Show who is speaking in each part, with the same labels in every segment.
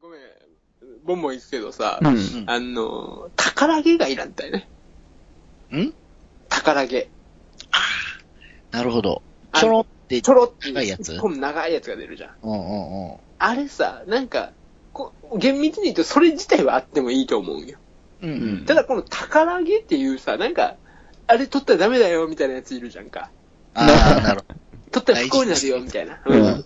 Speaker 1: ごめん、ボンボン行くけどさ、
Speaker 2: うん。
Speaker 3: うん
Speaker 1: あの、宝毛がいらんだよね。
Speaker 3: ん
Speaker 1: 宝毛。
Speaker 3: なるほど。
Speaker 1: あ
Speaker 3: ちょろって
Speaker 1: ち、ょろって、
Speaker 3: 長いやつ
Speaker 1: 一本長いやつが出るじゃん。
Speaker 3: うんうんうん。
Speaker 1: あれさ、なんか、こ厳密に言うとそれ自体はあってもいいと思うんよ。
Speaker 3: うんう
Speaker 2: うん
Speaker 3: ん。
Speaker 1: ただこの宝毛っていうさ、なんか、あれ取ったらダメだよみたいなやついるじゃんか。
Speaker 3: ああ、なるほ
Speaker 1: 取ったら不幸になるよみたいな。
Speaker 2: う
Speaker 1: うん
Speaker 3: ど。
Speaker 1: ん。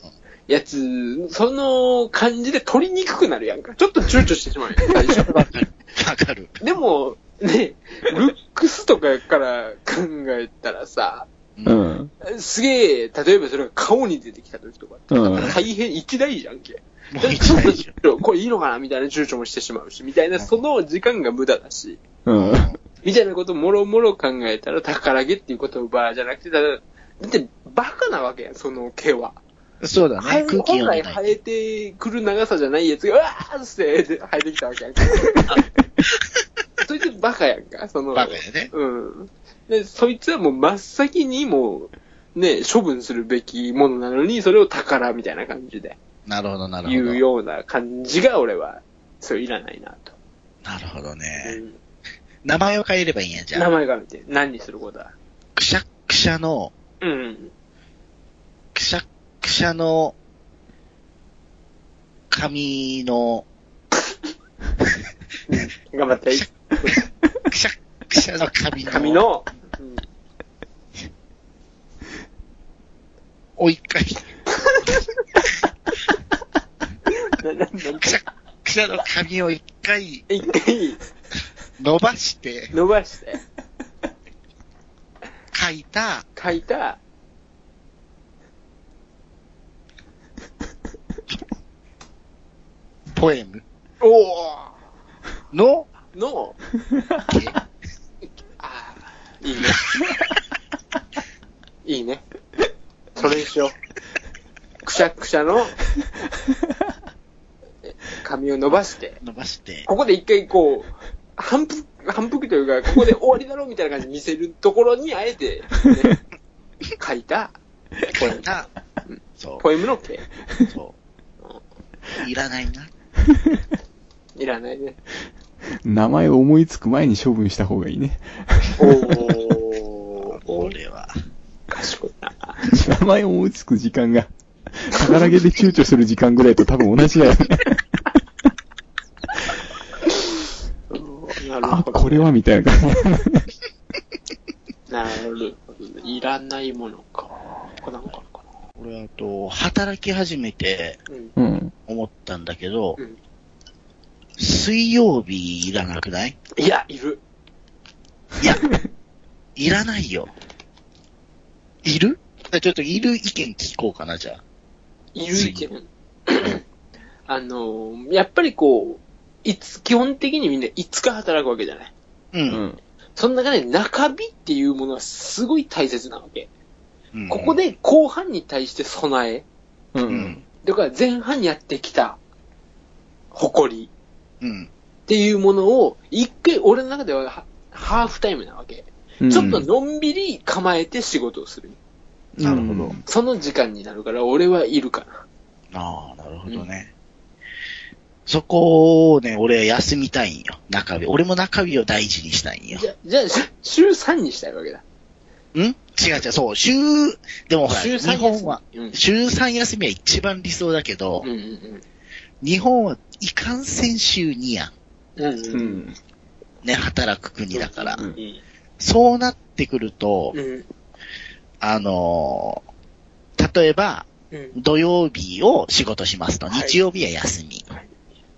Speaker 1: やつ、その感じで取りにくくなるやんか。ちょっと躊躇してしまうよ、最初。
Speaker 3: わかる。わかる。
Speaker 1: でも、ね、ルックスとかから考えたらさ、
Speaker 3: うん。
Speaker 2: ん。
Speaker 1: すげえ、例えばそれが顔に出てきた時とか、
Speaker 2: うん。
Speaker 1: 大変一大事やんけ。
Speaker 3: もう一大事。
Speaker 1: これいいのかなみたいな躊躇もしてしまうし、みたいな、その時間が無駄だし、
Speaker 2: うん。
Speaker 1: みたいなこともろもろ考えたら、宝毛っていう言葉じゃなくて、ただ、だってバカなわけやん、その毛は。
Speaker 3: そうだ
Speaker 1: 生え
Speaker 3: ね。空気
Speaker 1: 本
Speaker 3: 読め
Speaker 1: 来
Speaker 3: ない。
Speaker 1: 生えてくる長さじゃないやつが、うわーって生えてきたわけ やんか。そいつバカやんか、その。
Speaker 3: バカやね。
Speaker 1: うん。で、そいつはもう真っ先にもう、ね、処分するべきものなのに、それを宝みたいな感じで
Speaker 3: なるほど、なる
Speaker 1: 言う
Speaker 3: ほど。
Speaker 1: ような感じが俺は、それいらないなと。
Speaker 3: なるほど
Speaker 1: う
Speaker 3: ね。
Speaker 1: ん
Speaker 3: 名前を変えればいいんや、じ
Speaker 1: 名
Speaker 3: ゃあ。
Speaker 1: 前が見て、何にすることだ
Speaker 3: くしゃくしゃの、
Speaker 1: うん。
Speaker 3: くしゃくしゃの、髪の、
Speaker 1: 頑張って、
Speaker 3: くしゃくしゃの髪の、
Speaker 1: 髪の、うん
Speaker 3: 追いかけ、
Speaker 1: ななな
Speaker 3: くしゃくしゃの髪を一回
Speaker 1: 一回
Speaker 3: 伸ばして、
Speaker 1: 伸ばして、
Speaker 3: 書いた、
Speaker 1: 書いた、
Speaker 3: ポエム
Speaker 1: お
Speaker 3: の、
Speaker 1: ーの、
Speaker 3: け
Speaker 1: ああ、 いいね。いいね。それにしよう。くしゃくしゃのえ髪を伸ばして、
Speaker 3: 伸ばして、
Speaker 1: ここで一回こう、反復、反復というか、ここで終わりだろうみたいな感じに見せるところに、あえて、ね、書いた
Speaker 3: 書いた、そ
Speaker 1: ポエムの毛。
Speaker 3: う、そう。いらないな。
Speaker 1: いらない ね。
Speaker 2: 名前を思いつく前に処分した方がいいね。
Speaker 1: お
Speaker 3: こ
Speaker 1: ー、
Speaker 3: れは。
Speaker 1: 賢いな。
Speaker 2: 名前を思いつく時間が、宝毛で躊躇する時間ぐらいと多分同じだよね。
Speaker 1: うんなる
Speaker 2: あ、
Speaker 1: ほど。
Speaker 2: これはみたいな感じ。
Speaker 1: なるほどね。いらないものか。これなんかあるか
Speaker 3: これあと、働き始めて
Speaker 1: な。うん。
Speaker 2: うん。
Speaker 3: 思ったんだけど、
Speaker 1: うん
Speaker 3: 水曜日いらなくない
Speaker 1: いや、いる。
Speaker 3: いや、いらないよ。いるちょっといる意見聞こうかな、じゃあ。
Speaker 1: いる意見。あのー、やっぱりこう、いつ、基本的にみんないつか働くわけじゃない。
Speaker 3: う。
Speaker 2: うんん。
Speaker 1: その中で中日っていうものはすごい大切なわけ。
Speaker 3: うん
Speaker 1: ここ、で後半に対して備え。
Speaker 2: う。
Speaker 3: うんん。
Speaker 1: だから前半にやってきた、誇り
Speaker 3: うん。
Speaker 1: っていうものを、一回俺の中ではハハーフタイムなわけ。
Speaker 2: うん
Speaker 1: ちょっとのんびり構えて仕事をする。
Speaker 3: なるほど。
Speaker 1: その時間になるから俺はいるかな。
Speaker 3: ああ、なるほどね。そこをね、俺休みたいんよ。中日。俺も中日を大事にしたいんよ。
Speaker 1: じゃ、じゃあ、し週3にしたいわけだ。
Speaker 3: ん違う違う、そう、週、でもほら、
Speaker 1: 週
Speaker 3: 日
Speaker 1: 3
Speaker 3: 本は、
Speaker 1: うん。
Speaker 3: 週3休みは一番理想だけど、
Speaker 1: うんうん
Speaker 3: 日本はいかんせん週2やん。
Speaker 1: うん。うん
Speaker 2: う
Speaker 1: うん。
Speaker 2: ん。
Speaker 3: ね、働く国だから。
Speaker 2: うん
Speaker 3: そうなってくると、
Speaker 1: うん。
Speaker 3: あのー例えば、
Speaker 1: うん。
Speaker 3: 土曜日を仕事しますと。
Speaker 1: はい
Speaker 3: 日曜日は休み。
Speaker 1: はい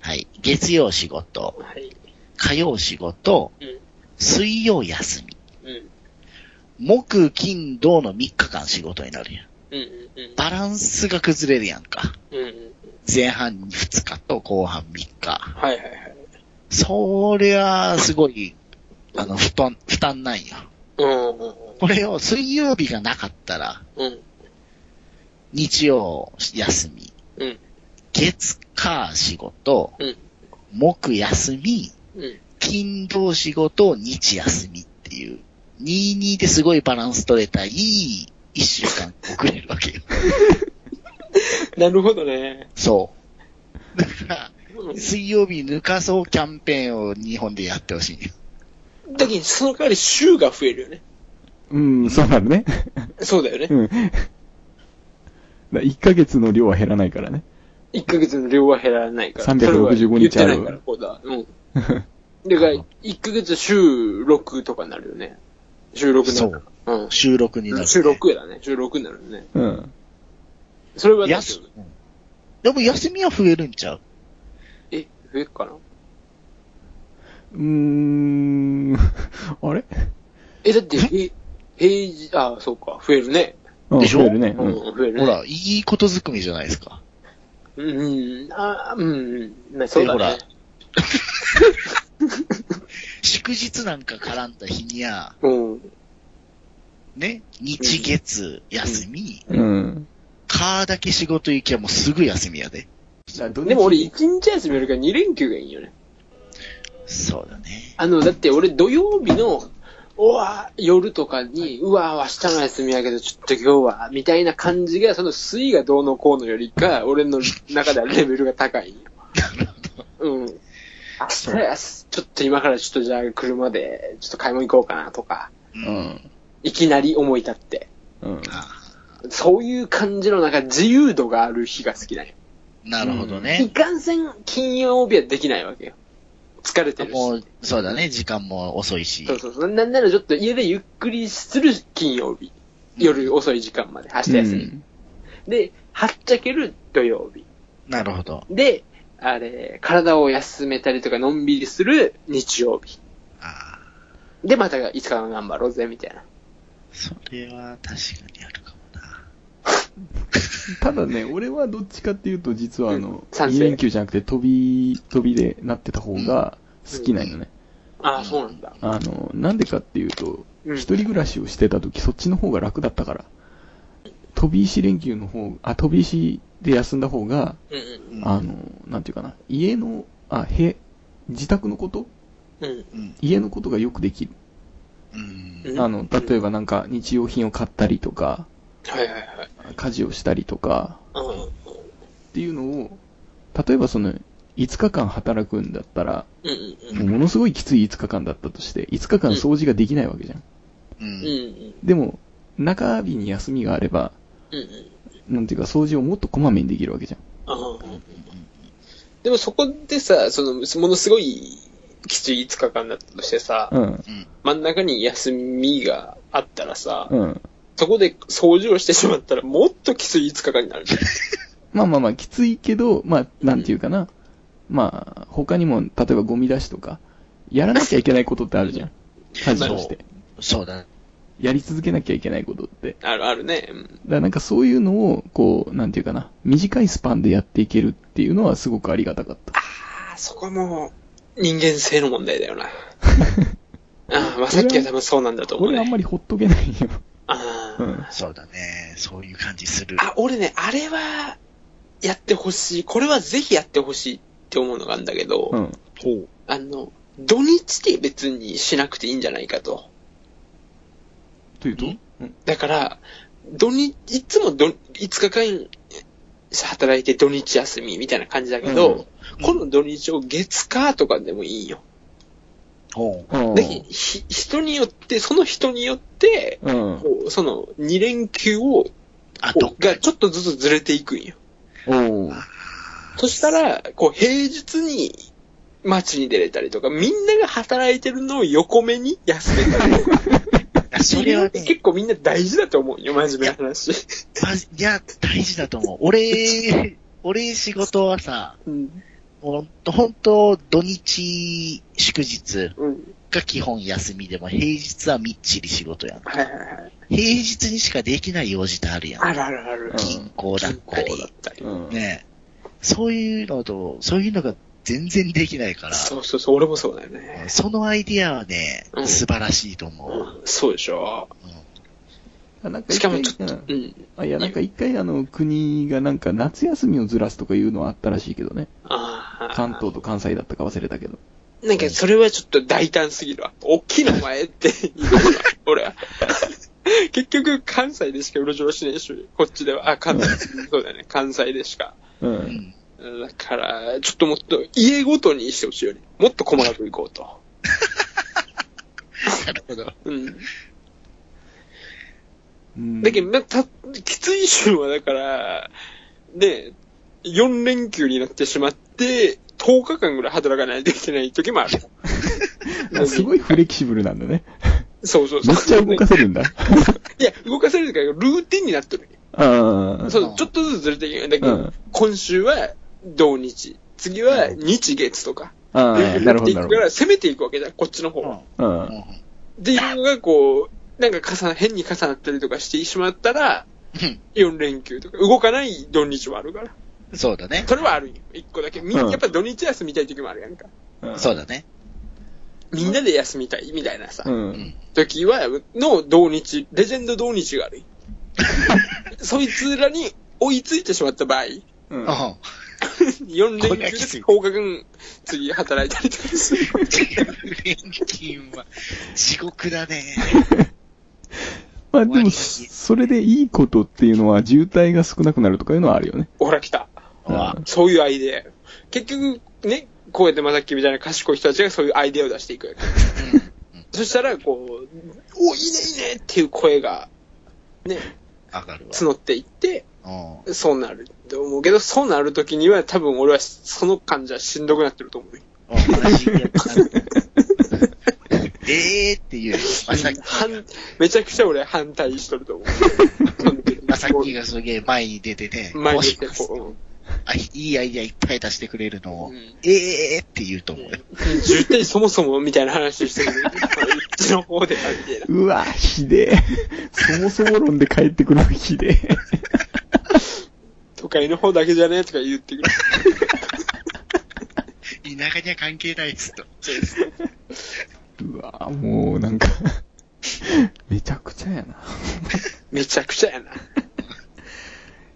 Speaker 3: はい。月曜仕事、
Speaker 1: はい。
Speaker 3: 火曜仕事、
Speaker 1: うん
Speaker 3: 水曜休み。
Speaker 1: うん。
Speaker 3: 木、金、土の3日間仕事になるやん。
Speaker 1: うん。うん。
Speaker 3: バランスが崩れるやんか。
Speaker 1: うんうん。
Speaker 3: 前半2日と後半3日。
Speaker 1: はいはいはい。
Speaker 3: そりゃ、すごい、あの、負担、負担ないよ。
Speaker 1: うんうん
Speaker 3: これを水曜日がなかったら、
Speaker 1: うん。
Speaker 3: 日曜休み。
Speaker 1: うん
Speaker 3: 月、火仕事。
Speaker 1: うん
Speaker 3: 木休み。
Speaker 1: うん。
Speaker 3: 金土仕事、日休みっていう。22ですごいバランス取れたいい一週間遅れるわけよ。
Speaker 1: なるほどね。
Speaker 3: そう。だから、水曜日抜かそうキャンペーンを日本でやってほしい。
Speaker 1: だけど、その代わり週が増えるよね。
Speaker 2: うん、そうなるね。
Speaker 1: そうだよね。
Speaker 2: うん。1ヶ月の量は減らないからね。
Speaker 1: 1ヶ月の量は減らないから。
Speaker 2: 365日
Speaker 1: それは言ってないから、こうだ。うん。だから、1ヶ月週6とかになるよね。週6になる。う
Speaker 3: 収録になる、
Speaker 1: ん。週6だね。週6になるね。
Speaker 2: うん。
Speaker 1: それはだ
Speaker 3: や
Speaker 1: け
Speaker 3: す
Speaker 1: ど、
Speaker 3: でも休みは増えるんちゃう
Speaker 1: え、増えるかな
Speaker 2: うーん。あれ
Speaker 1: え、だって、へ平時、あ、そうか、増えるね。
Speaker 2: うん
Speaker 3: でしょ
Speaker 2: 増えるね。
Speaker 1: う
Speaker 2: うんん。、
Speaker 1: 増えるね。
Speaker 3: ほ。ら、いいことづくめじゃないですか。
Speaker 1: うん、あ、うん、まあそうだ
Speaker 3: ほら
Speaker 1: ね。
Speaker 3: 祝日なんか絡んだ日には、
Speaker 1: うん。
Speaker 3: ね、日月休み、
Speaker 2: うん。
Speaker 3: カーだけ仕事行きはもうすぐ休みやで。
Speaker 1: でも俺、1日休みよりか2連休がいいよね。
Speaker 3: そうだね。
Speaker 1: あの、だって俺土曜日の、うわ夜とかに、うわ明日の休みやけど、ちょっと今日は、みたいな感じが、その水がどうのこうのよりか、俺の中ではレベルが高いんよ。うん。明日やす、ちょっと今からちょっとじゃあ車で、ちょっと買い物行こうかなとか、
Speaker 3: う。
Speaker 2: うんん。
Speaker 1: いきなり思い立って。
Speaker 2: うん。
Speaker 3: あ
Speaker 1: そういう感じのなんか自由度がある日が好きだよ。
Speaker 3: なるほど
Speaker 1: い
Speaker 3: ね。
Speaker 1: かんせん金曜日はできないわけよ。疲れてるし。
Speaker 3: もう、そうだね。時間も遅いし
Speaker 1: そ。うそうそう。なんならちょっと家でゆっくりする金曜日。夜遅い時間まで。明日休み。で、はっちゃける土曜日。
Speaker 3: なるほど。
Speaker 1: で、あれ、体を休めたりとか、のんびりする日曜日。
Speaker 3: ああ、
Speaker 1: で、また5日間頑張ろうぜ、みたいな。
Speaker 3: それは確かにあるかもな。
Speaker 2: ただね、俺はどっちかっていうと、実はあ
Speaker 1: うん
Speaker 2: の、
Speaker 1: 賛成
Speaker 2: 2連休じゃなくて、飛び、飛びでなってた方が好きなんよね。
Speaker 1: ああ、そうなんだ。
Speaker 2: あの、なんでかっていうと、
Speaker 1: うん
Speaker 2: 一人暮らしをしてた時、そっちの方が楽だったから。飛び石連休の方、あ、飛び石で休んだ方が、
Speaker 1: うんうん。
Speaker 3: うん
Speaker 2: あの、なんていうかな、家の、あ、へ、自宅のこと
Speaker 1: うん。
Speaker 3: うん。
Speaker 2: 家のことがよくできる。
Speaker 3: うん。
Speaker 1: うん
Speaker 2: あの、例えばなんか日用品を買ったりとか、
Speaker 1: はいはいはい。
Speaker 2: 家事をしたりとか、
Speaker 1: うん。
Speaker 2: っていうのを、例えばその、5日間働くんだったら、
Speaker 1: うんうんうん。
Speaker 2: ものすごいきつい5日間だったとして、5日間掃除ができないわけじゃん。
Speaker 3: う
Speaker 1: うんんうん。
Speaker 2: でも、中日に休みがあれば、
Speaker 1: うんうん。
Speaker 2: なんていうか掃除をもっとこまめにできるわけじゃん。
Speaker 1: うんでもそこでさ、その、ものすごい、きつい5日間だったとしてさ、
Speaker 2: うん、
Speaker 3: うん。
Speaker 1: 真ん中に休みがあったらさ、
Speaker 2: うん。
Speaker 1: そこで掃除をしてしまったら、もっときつい5日間になる じゃん。
Speaker 2: まあまあまあ、きついけど、まあ、なんていうかな。まあ、他にも、例えばゴミ出しとか、やらなきゃいけないことってあるじゃん。家事として。
Speaker 3: そうだね。
Speaker 2: やり続けなきゃいけないことって。
Speaker 1: あるあるね。うん
Speaker 2: だからなんかそういうのを、こう、なんていうかな。短いスパンでやっていけるっていうのはすごくありがたかった。
Speaker 1: あーそこはもう、人間性の問題だよな。あーまあ、さっきは多分そうなんだと思う
Speaker 2: 俺あん
Speaker 1: ね。
Speaker 2: まりほっとけないよ。
Speaker 1: あ
Speaker 2: う
Speaker 1: ー
Speaker 2: ん。
Speaker 3: そうだね。そういう感じする。
Speaker 1: あ、俺ね、あれは、やってほしい。これはぜひやってほしいって思うのがあるんだけど、
Speaker 2: うん。
Speaker 3: ほう。
Speaker 1: あの、土日で別にしなくていいんじゃないかと。
Speaker 2: というと
Speaker 3: ん
Speaker 2: うん
Speaker 1: だから、土日、いつもど5日間働いて土日休みみたいな感じだけど、
Speaker 3: うん
Speaker 1: この土日を月火とかでもいいよ。
Speaker 3: ほう。
Speaker 2: うん
Speaker 1: で、ひ人によって、その人によって、
Speaker 2: うん。
Speaker 1: こうその2連休を、
Speaker 3: あ、ど
Speaker 1: こ
Speaker 3: っ
Speaker 1: うがちょっとずつずれていくんよ。
Speaker 2: おう
Speaker 1: そしたら、こう平日に街に出れたりとか、みんなが働いてるのを横目に休めたりとか、
Speaker 3: か、 それはね、
Speaker 1: 結構みんな大事だと思うよ、真面目な話。
Speaker 3: まじいや、大事だと思う。 俺、俺仕事はさ、
Speaker 1: うん。
Speaker 3: ほんと、ほんと、土日、祝日
Speaker 1: うん。
Speaker 3: が基本休みでも、平日はみっちり仕事やん。
Speaker 1: はいはいはい。
Speaker 3: 平日にしかできない用事ってあるやん。
Speaker 1: あるあるある。
Speaker 3: 銀行だったり
Speaker 1: 銀行だ、ったり。
Speaker 2: うん。
Speaker 3: ねそういうのと、そういうのが全然できないから、
Speaker 1: そうそうそう、俺もそうだよね。
Speaker 3: そのアイディアはね、
Speaker 1: うん
Speaker 3: 素晴らしいと思うわ。
Speaker 1: そうでしょ。
Speaker 2: なんか
Speaker 1: し
Speaker 2: 一
Speaker 1: か
Speaker 2: 回
Speaker 1: もちょっと、
Speaker 2: うん
Speaker 1: うん。
Speaker 2: あ、いや、なんか一回あの、国がなんか夏休みをずらすとかいうのはあったらしいけどね。
Speaker 1: ああ。
Speaker 2: 関東と関西だったか忘れたけど。
Speaker 1: なんか、それはちょっと大胆すぎるわ。大きいのお前って言うのが俺は。結局、関西でしかうろちょろしないし、こっちでは、あ、関西、そうだよね、関西でしか。
Speaker 2: う。
Speaker 3: うんん
Speaker 1: だから、ちょっともっと家ごとにしてほしいよね。もっと細かくいこうと。
Speaker 3: なるほど。
Speaker 1: うん。
Speaker 2: うん
Speaker 1: だけど、なた、きつい週はだから、ね、4連休になってしまって、10日間ぐらい働かないといけない時もある。
Speaker 2: あすごいフレキシブルなんだね。
Speaker 1: そうそうそ
Speaker 2: め
Speaker 1: う。
Speaker 2: っちゃ動かせ るんだ。
Speaker 1: いや、動かされるから、ルーティンになってる。
Speaker 2: ああ。
Speaker 1: そう、ちょっとずつずれていけない。だけど、
Speaker 2: うん
Speaker 1: 今週は土日、次は日月とか。
Speaker 2: ああ、なるほど、
Speaker 1: や
Speaker 2: な
Speaker 1: っていくから、
Speaker 2: る
Speaker 1: 攻めていくわけじゃん、こっちの方
Speaker 3: うん。う
Speaker 1: は。
Speaker 2: ほど。う。
Speaker 3: んうんん
Speaker 1: っていうのが、こう、なんか重な、変に重なったりとかしてしまったら、4連休とか、動かない土日もあるから。
Speaker 3: そうだね。
Speaker 1: それはあるんよ。一個だけ。みん
Speaker 2: うん
Speaker 1: やっぱ土日休みたい時もあるやんか。
Speaker 3: そうだね。
Speaker 1: みんなで休みたいみたいなさ、
Speaker 2: う。
Speaker 3: うんん。
Speaker 1: 時は、の同日、レジェンド同日があ るんよ。そいつらに追いついてしまった場合、
Speaker 2: うん。
Speaker 3: うん
Speaker 1: 4連
Speaker 3: これはき
Speaker 1: 休
Speaker 3: つい
Speaker 1: で10日間、次働いたりとかする。
Speaker 3: 年金は地獄だね。
Speaker 2: まあで
Speaker 3: 終
Speaker 2: も、
Speaker 3: わり
Speaker 2: それでいいことっていうのは、渋滞が少なくなるとかいうのはあるよね。
Speaker 1: ほら来た。
Speaker 2: うん
Speaker 3: あ
Speaker 1: そういうアイデア。結局、ね、こうやってまさっきみたいな賢い人たちがそういうアイデアを出していくわけ。そしたら、こう、お、いいねいいねっていう声が、ね、
Speaker 3: わかるわ。
Speaker 1: 募っていって、
Speaker 3: うん
Speaker 1: そうなると思うけど、そうなるときには多分俺はその感じはしんどくなってると思うよ。
Speaker 3: お話になるええっていう、まさき、
Speaker 1: 反めちゃくちゃ俺反対しとると 思う。
Speaker 3: まさきがすげえ前に出てね、
Speaker 1: 前に出て
Speaker 3: こうします
Speaker 1: こ
Speaker 3: あいいアイデアいっぱい出してくれるのを、
Speaker 1: うん
Speaker 3: ええって言うと
Speaker 1: う、うん
Speaker 3: 思うよ。
Speaker 1: 渋滞そもそもみたいな話をしてる。うちの方であるみたいな。
Speaker 2: うわ、ひでえ。そもそも論で帰ってくるのひでえ。
Speaker 1: 都会の方だけじゃねとか言ってくる。
Speaker 3: 田舎には関係ないっすと。
Speaker 2: うわ、もうなんか、めちゃくちゃやな。
Speaker 1: めちゃくちゃやな。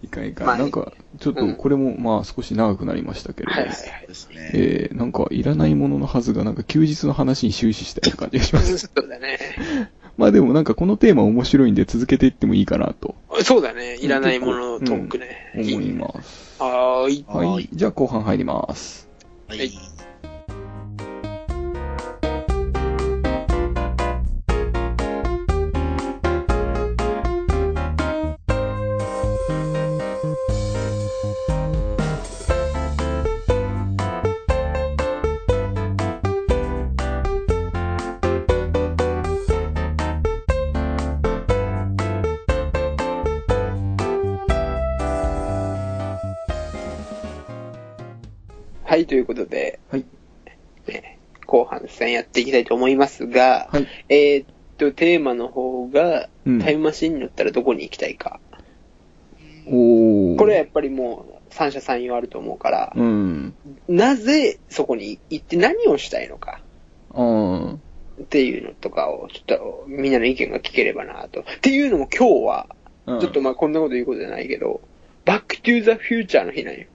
Speaker 2: いかんいかん。
Speaker 1: まあ
Speaker 2: なんか、ちょっとこれも、まあ少し長くなりましたけれど。
Speaker 1: はいはいはい。
Speaker 3: ですね。
Speaker 2: えー、なんか、いらないもののはずが、なんか休日の話に終始したような感じがします。
Speaker 1: そうだね。
Speaker 2: まあでもなんかこのテーマ面白いんで続けていってもいいかなと
Speaker 1: そうだね。いらないもののトークね。
Speaker 2: 思います。
Speaker 1: はーい。
Speaker 3: はい
Speaker 2: はい。じゃあ後半入ります。
Speaker 3: は
Speaker 1: はい
Speaker 3: い。
Speaker 1: はい、ということで、
Speaker 2: はい
Speaker 1: ね後半戦やっていきたいと思いますが、
Speaker 2: はい。
Speaker 1: えーっと、テーマの方が、
Speaker 2: うん
Speaker 1: タイムマシンに乗ったらどこに行きたいか。
Speaker 2: おー。
Speaker 1: これはやっぱりもう、三者三様あると思うから、
Speaker 2: うん。
Speaker 1: なぜそこに行って何をしたいのか。
Speaker 2: あー。
Speaker 1: っていうのとかを、ちょっとみんなの意見が聞ければなと。っていうのも今日は、
Speaker 2: うん
Speaker 1: ちょっとまあこんなこと言うことじゃないけど、バックトゥーザフューチャーの日なんよ。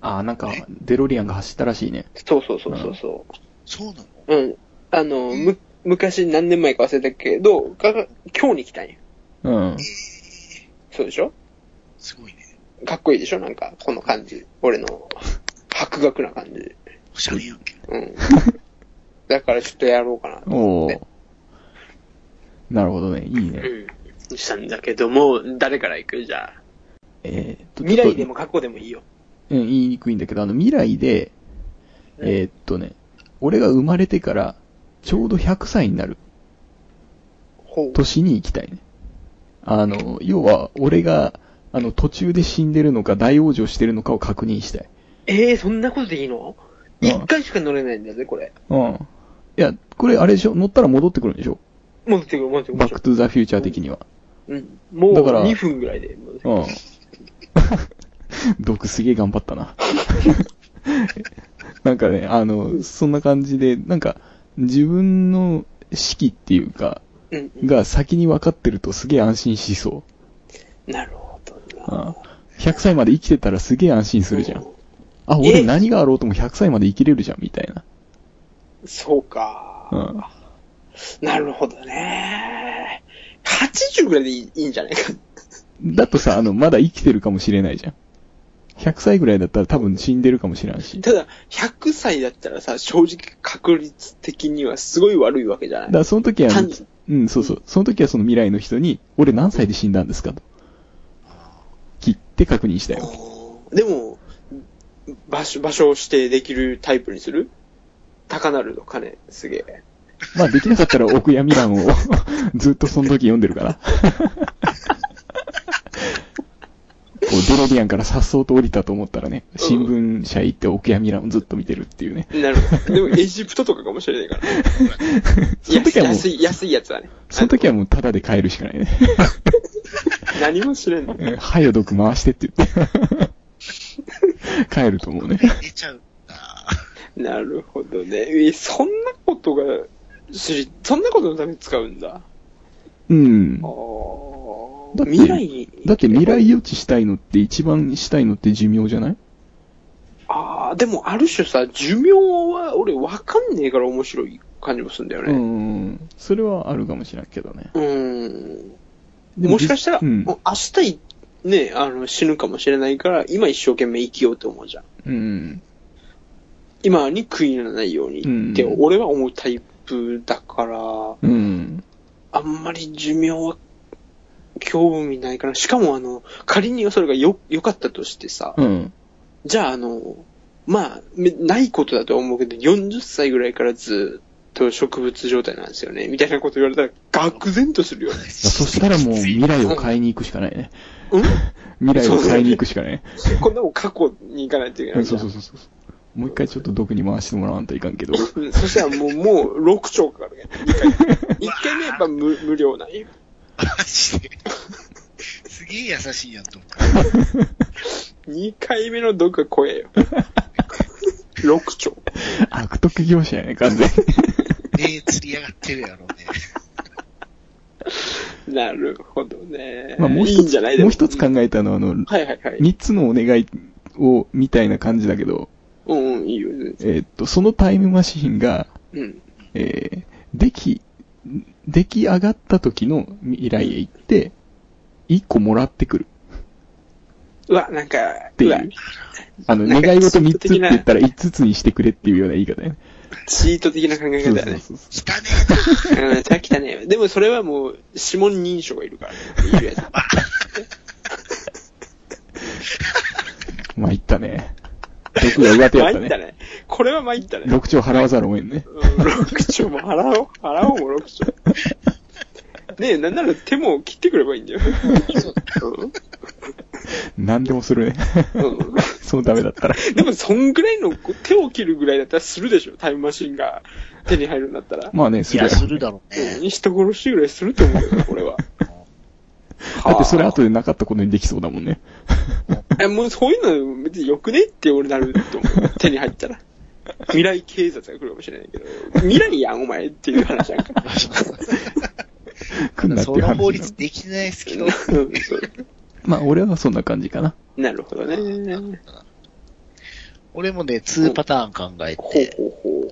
Speaker 2: あー、なんか、デロリアンが走ったらしいね。
Speaker 1: そうそうそうそうそう。
Speaker 3: そうなの
Speaker 1: うん。あの、む、昔何年前か忘れたけど、がが今日に来たんよ。
Speaker 2: うん。
Speaker 1: そうでしょ
Speaker 3: すごいね。
Speaker 1: かっこいいでしょなんか、この感じ。俺の、博学な感じ。
Speaker 3: おしゃれやんけ。
Speaker 1: うん。 だからちょっとやろうかなと思
Speaker 2: お
Speaker 1: って
Speaker 2: ー。。なるほどね。いいね。
Speaker 1: うん。したんだけども、誰から行くじゃあ。
Speaker 2: えーっと、
Speaker 1: 未来で
Speaker 2: も。
Speaker 1: も過去でもいいよ。
Speaker 2: うん、言いにくいんだけど、あの、未来で、
Speaker 1: うん
Speaker 2: えーっとね、俺が生まれてから、ちょうど100歳になる
Speaker 1: ほう。
Speaker 2: 年に行きたいね。あの、要は、俺が、あの、途中で死んでるのか、大往生してるのかを確認したい。
Speaker 1: ええー、そんなことでいいの
Speaker 2: うん
Speaker 1: 一回しか乗れないんだぜ、これ。
Speaker 2: うん。いや、これあれでしょ乗ったら戻ってくるんでしょ
Speaker 1: 戻ってくる、戻ってくる。
Speaker 2: バックトゥザフューチャー的には。
Speaker 1: うん。もう
Speaker 2: だから
Speaker 1: 2分ぐらいで戻ってくる。
Speaker 2: うん。毒すげえ頑張ったな。 なんかね、あの、そんな感じで、なんか、自分の式っていうか、
Speaker 1: うん、うん。
Speaker 2: が先に分かってるとすげえ安心しそ
Speaker 1: なるほど
Speaker 2: う。うん
Speaker 1: な。
Speaker 2: 100歳まで生きてたらすげえ安心するじゃん。あ、
Speaker 1: え
Speaker 2: 俺何があろうとも100歳まで生きれるじゃん、みたいな。
Speaker 1: そうか。
Speaker 2: うん。
Speaker 1: なるほどね。80ぐらいでいいいいんじゃないか。
Speaker 2: だとさ、あの、まだ生きてるかもしれないじゃん。 100歳ぐらいだったら多分死んでるかもしらんし。
Speaker 1: ただ、100歳だったらさ、正直確率的にはすごい悪いわけじゃ
Speaker 2: だか
Speaker 1: ない
Speaker 2: らその時は、
Speaker 1: 単に
Speaker 2: うん、そうそう。その時はその未来の人に、俺何歳で死んだんですかと。切って確認したよ。
Speaker 1: おーでも、場所、場所を指定できるタイプにする高なるの金、すげえ。
Speaker 2: まあできなかったら奥闇欄を ずっとその時読んで るから。こうデロリアンから颯爽と降りたと思ったらね、新聞社行って奥闇欄をずっと見てるっていうね。
Speaker 1: なるほど。でもエジプトとかかもしれないから。
Speaker 2: その時はもう、
Speaker 1: 安い、安いやつだね。
Speaker 2: その時はもうタダで買えるしかな いね。
Speaker 1: 何も知れんの。
Speaker 2: うんはよ毒回してって 言って。帰ると思うね。
Speaker 3: 出ちゃうな。
Speaker 1: なるほどね。え、そんなことが知り、そんなことのために使うんだ。
Speaker 2: うん
Speaker 1: あ。ー
Speaker 2: だって
Speaker 1: 未来に。
Speaker 2: だって未来予知したいのって一番したいのって寿命じゃない
Speaker 1: ああ、でもある種さ、寿命は俺わかんねえから面白い感じもするんだよ
Speaker 2: う
Speaker 1: ね。
Speaker 2: ん。それはあるかもしれんけどね。
Speaker 1: うーん。
Speaker 2: で
Speaker 1: もしかしたら、
Speaker 2: うん。
Speaker 1: 明日い、ね、あの、死ぬかもしれないから、今一生懸命生きようと思うじゃん。
Speaker 2: うん。
Speaker 1: 今に悔いのないようにって、
Speaker 2: うん
Speaker 1: 俺は思うタイプだから、
Speaker 2: うん。
Speaker 1: あんまり寿命は興味ないかな。しかもあの、仮にそれがよ、良かったとしてさ、
Speaker 2: うん。
Speaker 1: じゃああの、まあ、めないことだとは思うけど、40歳ぐらいからずっと植物状態なんですよね。みたいなこと言われたら、愕然とするよ ね。
Speaker 2: そした らもう未来を買いに行くしかないね。
Speaker 1: うん
Speaker 2: 未来を買いに行くしかない。
Speaker 1: こんなもん過去に行かないといけな
Speaker 2: うん
Speaker 1: い
Speaker 2: そうそううそうそう。もう一回ちょっと毒に回してもらわんといかんけど。
Speaker 1: んそしたらもう、もう6兆かかるね。1回目やっ ぱ無無料なんよ。
Speaker 3: マジで。すげえ優しいやんと思った。
Speaker 1: 2回目の毒は怖えよ。6兆。
Speaker 2: 悪徳業者やね、完全に。
Speaker 3: ねえ、釣り上がってるやろうね。
Speaker 1: なるほどね。
Speaker 2: まあもう
Speaker 1: い
Speaker 2: 一
Speaker 1: いんじゃない
Speaker 2: つ、もう一つ考
Speaker 1: じ。
Speaker 2: えたのは、あの、
Speaker 1: はいはいはい。
Speaker 2: 三つのお願いを、みたいな感じだけど、
Speaker 1: うんうん、いいよね。
Speaker 2: えーっと、そのタイムマシンが、
Speaker 1: うん。
Speaker 2: えー、でき、出来上がった時の未来へ行って、一個もらってくる
Speaker 1: うわ、なんか、
Speaker 2: っていう
Speaker 1: わ
Speaker 2: う。あの、
Speaker 1: なんか
Speaker 2: 願い事三つ
Speaker 1: チート
Speaker 2: っ
Speaker 1: 的
Speaker 2: て
Speaker 1: な
Speaker 2: 言ったら五つにしてくれっていうような言い方ね。
Speaker 1: チート的な考え
Speaker 2: そ
Speaker 1: 方だ
Speaker 2: うそ
Speaker 1: ね
Speaker 2: う。そうそう。
Speaker 3: 汚ねえな。
Speaker 1: うん、さっきたね。でもそれはもう、指紋認証がいる からね。いるやつ。
Speaker 2: 参ったね。 毒が上手やった
Speaker 1: 参った
Speaker 2: ね。
Speaker 1: ね。これは参ったね。
Speaker 2: 六兆払わざるを得んね。
Speaker 1: うん六兆も払おう。払おうも六兆。ねえ、なんなら手も切ってくればいいんだよ。
Speaker 2: 何でもするね。
Speaker 1: うん。うん。
Speaker 2: そのためだったら。
Speaker 1: でも、そんぐらいのこう手を切るぐらいだったらするでしょ。タイムマシンが手に入るんだったら。
Speaker 2: まあね、
Speaker 3: い
Speaker 2: する
Speaker 3: や、。するだろうね。
Speaker 1: うん人殺しぐらいすると思うよ、これは。
Speaker 2: だってそれ後でなかったことにできそうだもんね。
Speaker 1: え、もうそういうの別に良くねって俺なると思う。手に入 ったら。未来警察が来るかもしれないけど、未来やん、お前っていう話なん か。
Speaker 2: 来んなって
Speaker 3: そ
Speaker 2: いう
Speaker 3: の法
Speaker 2: 話
Speaker 3: 律。できないですけど。
Speaker 1: うんそう
Speaker 2: まあ俺はそんな感じかな。
Speaker 1: なるほどね。
Speaker 3: 俺もね、2パターン考え
Speaker 1: ほう
Speaker 3: て、
Speaker 1: ほうほ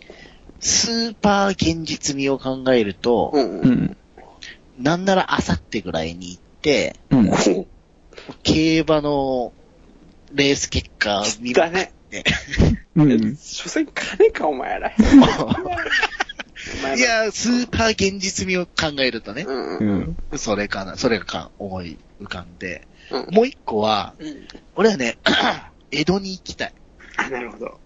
Speaker 3: スーパー現実味を考えると、
Speaker 1: う。うん
Speaker 2: う
Speaker 1: うん。
Speaker 2: ん。
Speaker 3: なんならあさってぐらいに行って、
Speaker 2: うん。
Speaker 3: 競馬のレース結果見
Speaker 1: だね。
Speaker 2: うん。
Speaker 1: 所詮金か、お前ら。お前ら
Speaker 3: い、や、スーパー現実味を考えるとね
Speaker 1: う、ん。
Speaker 2: う
Speaker 1: うん。
Speaker 2: ん。
Speaker 3: それかな、それがか思い浮かんで、
Speaker 1: うん
Speaker 3: もう一個は、
Speaker 1: うん
Speaker 3: 俺はね、 江戸に行きたい。
Speaker 1: あ、なるほど。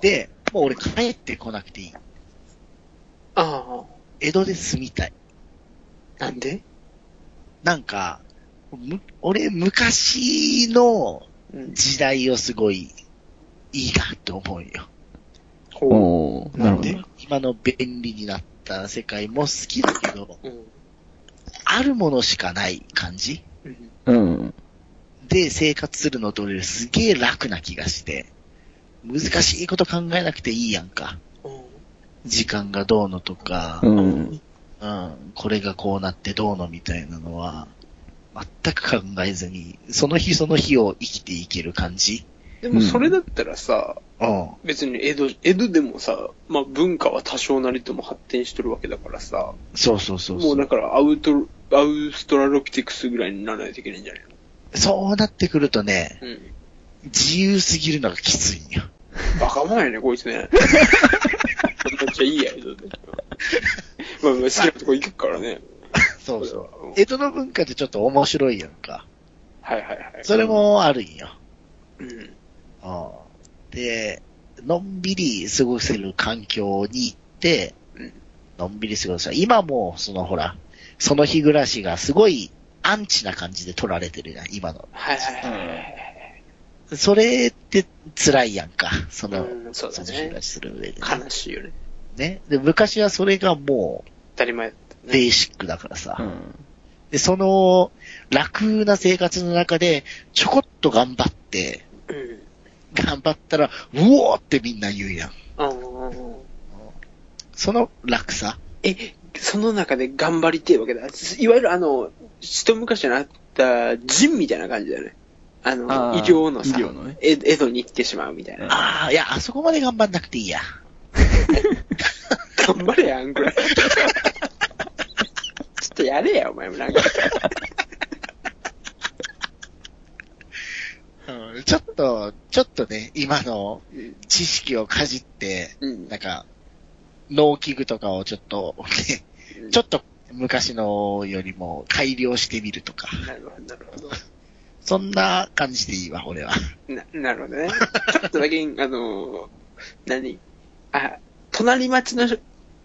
Speaker 3: で、もう俺帰ってこなくていい。
Speaker 1: あ
Speaker 3: 江戸で住みたい。
Speaker 1: あ。なんで
Speaker 3: なんか、む俺昔の
Speaker 1: うん。
Speaker 3: 時代をすごいいいなって思うよ。
Speaker 1: ほ
Speaker 2: おー、なるほど
Speaker 1: なん。
Speaker 3: 今の便利になった世界も好きだけど、
Speaker 1: う。うん。
Speaker 3: あるものしかない感じ
Speaker 1: うん。
Speaker 2: うん。
Speaker 3: で生活するのと俺すげえ楽な気がして、難しいこと考えなくていいやんか。時間がどうのとか、
Speaker 2: う。。
Speaker 1: うん
Speaker 3: うん、これがこうなってどうのみたいなのは、全く考えずに、その日その日を生きていける感じ
Speaker 1: でもそれだったらさ、
Speaker 3: うん。
Speaker 1: 別に江戸、江戸でもさ、まあ文化は多少なりとも発展してるわけだからさ、
Speaker 3: そうそうそう
Speaker 1: も
Speaker 3: そう
Speaker 1: だ
Speaker 3: う。
Speaker 1: からアウト、アウストラロピテクスぐらいにならないといけないんじゃない
Speaker 3: そうなってくるとね、
Speaker 1: の
Speaker 3: 自由すぎるのがきついんや。
Speaker 1: バカもんやね、こいつ ね。めっちゃいいやつだね。まあ、まあ好きなとこ行くからね。
Speaker 3: そうう
Speaker 1: そ
Speaker 3: そうう。江戸の文化ってちょっと面白いやんか。
Speaker 1: はいはいはい。
Speaker 3: それもあるんよ。
Speaker 1: うん。
Speaker 3: うんで、のんびり過ごせる環境に行って
Speaker 1: うん、
Speaker 3: のんびり過ごせる。今も、そのほら、その日暮らしがすごいアンチな感じで取られてるやん、今の。
Speaker 1: はいはいはい。
Speaker 3: それって辛いやんか、その、
Speaker 1: うんそうだ
Speaker 3: そ
Speaker 1: ね
Speaker 3: の日暮らしする上でね、
Speaker 1: 悲しいよね。
Speaker 3: ね。で、昔はそれがも
Speaker 1: 当たり前だった
Speaker 3: う、
Speaker 1: ね
Speaker 3: ベーシックだからさ。
Speaker 2: うん。
Speaker 3: で、その、楽な生活の中で、ちょこっと頑張って、
Speaker 1: うん。
Speaker 3: 頑張ったら、うおーってみんな言うやん。
Speaker 1: あー
Speaker 3: その楽さ。
Speaker 1: え、その中で頑張りてえわけだ。いわゆるあの、一昔じゃなかった人みたいな感じだよね。あの、
Speaker 2: あー
Speaker 1: 医療のさ、
Speaker 2: 医療のね
Speaker 1: え江戸に行ってしまうみたいな。
Speaker 3: ああ、いや、あそこまで頑張んなくていいや。
Speaker 1: 頑張れ や、あんぐらい。ちょっとやれや、お前もなんか。
Speaker 3: うん、ちょっと、ちょっとね、今の
Speaker 1: うん
Speaker 3: 知識をかじって、
Speaker 1: うん
Speaker 3: なんか、農機具とかをちょっと、ね、ちょ
Speaker 1: っ
Speaker 3: っと昔のよりも改良してみるとか、
Speaker 1: と。なるほど、なるほど。
Speaker 3: そんな感じでいいわ、俺は。
Speaker 1: な、なるほどね。ちょっとだけ、あの、何あ、隣町の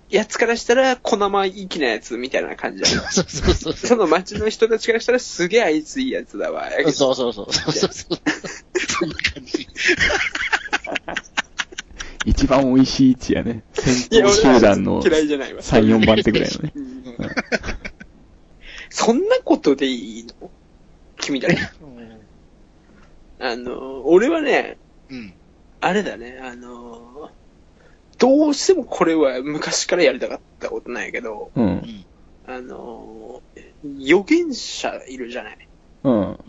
Speaker 1: やつからしたら、小生意気なやつみたいな感じだね。
Speaker 3: そうそうそうそ。
Speaker 1: そうの町の人たちからしたら、すげえあいついいやつだわ。やけど
Speaker 3: そうそうそうそうそうそう。そんな感じ。
Speaker 2: 一番美味しい位置やね。
Speaker 1: い
Speaker 2: 先
Speaker 1: や、
Speaker 2: 頭
Speaker 1: 俺
Speaker 2: 集
Speaker 1: は
Speaker 2: 団の
Speaker 1: 嫌
Speaker 2: 3、
Speaker 1: いじゃないわ。
Speaker 2: 4番手ぐらいのね。
Speaker 1: うんそんなことでいいの君 だね。あの、俺はね、
Speaker 3: うん。
Speaker 1: あれだね、あの、どうしてもこれは昔からやりたかったことなんやけど、
Speaker 2: う。
Speaker 3: うんん。
Speaker 1: あの、預言者いるじゃない。
Speaker 2: うん。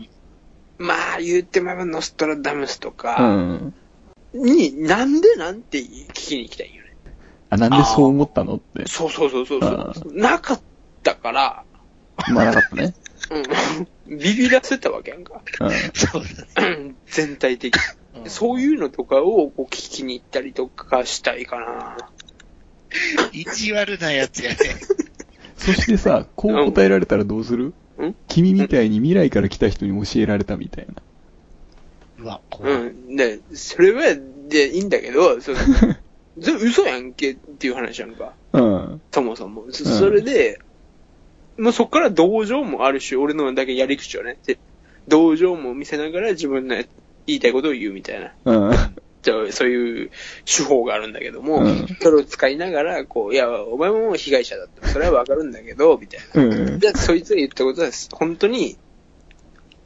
Speaker 1: まあ言ってもやっぱノストラダムスと
Speaker 2: う
Speaker 1: か
Speaker 2: ん。
Speaker 1: に、なんでなんて聞きに行きたいんよね。
Speaker 2: あ、なんでそう思ったのって。
Speaker 1: そうそうそうそう
Speaker 2: あ
Speaker 1: そう。なかったから、
Speaker 2: まあなかったね。
Speaker 1: うん、ビビらせたわけやんか。
Speaker 2: うん。
Speaker 3: そうだね。
Speaker 1: うん 全体的に。そう
Speaker 3: う
Speaker 1: い
Speaker 3: ん。
Speaker 1: うのとかをこう聞きに行ったりとかしたいかな。
Speaker 3: 意地悪なやつやね。
Speaker 2: そしてさ、こう答えられたらどうする
Speaker 1: うん
Speaker 2: 君みたいに未来から来た人に教えられたみたいな。
Speaker 3: うわ、怖
Speaker 1: う
Speaker 3: い。
Speaker 1: ん。で、それは、で、いいんだけど、その、それ嘘やんけっていう話やんか。
Speaker 2: うん。
Speaker 1: そもそも。そそれで、もうそっから同情もあるし、俺のだけやり口をね、で同情も見せながら自分の言いたいことを言うみたいな。
Speaker 2: うん。
Speaker 1: じゃあそういう手法があるんだけども、
Speaker 2: うん
Speaker 1: それを使いながら、こう、いや、お前も被害者だった。それはわかるんだけど、みたいな。
Speaker 2: うん。
Speaker 1: で、そいつが言ったことは、本当に、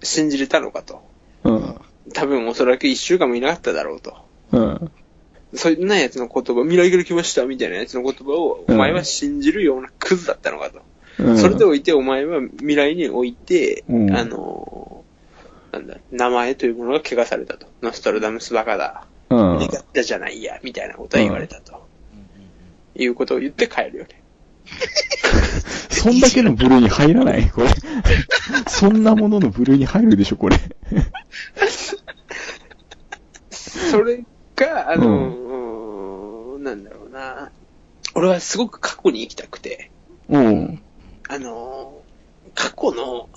Speaker 1: 信じれたのかと。
Speaker 2: うん。
Speaker 1: 多分おそらく一週間もいなかっただろうと。
Speaker 2: うん。
Speaker 1: そんなやつの言葉、未来から来ましたみたいなやつの言葉を、
Speaker 2: うん
Speaker 1: お前は信じるようなクズだったのかと。
Speaker 2: うん。
Speaker 1: それでおいて、お前は未来において、
Speaker 2: うん
Speaker 1: あのーなんだ、名前というものが汚されたと。ノストラダムスバカだ。
Speaker 2: うん。
Speaker 1: 願ったじゃないや、みたいなことは言われたと。いうことを言って帰るよね。
Speaker 2: そんだけの部類に入らない これ。そんなものの部類に入るでしょ、これ。
Speaker 1: それが、あのーなんだろうな。俺はすごく過去に生きたくて、
Speaker 2: おうん。
Speaker 1: あのー過去の、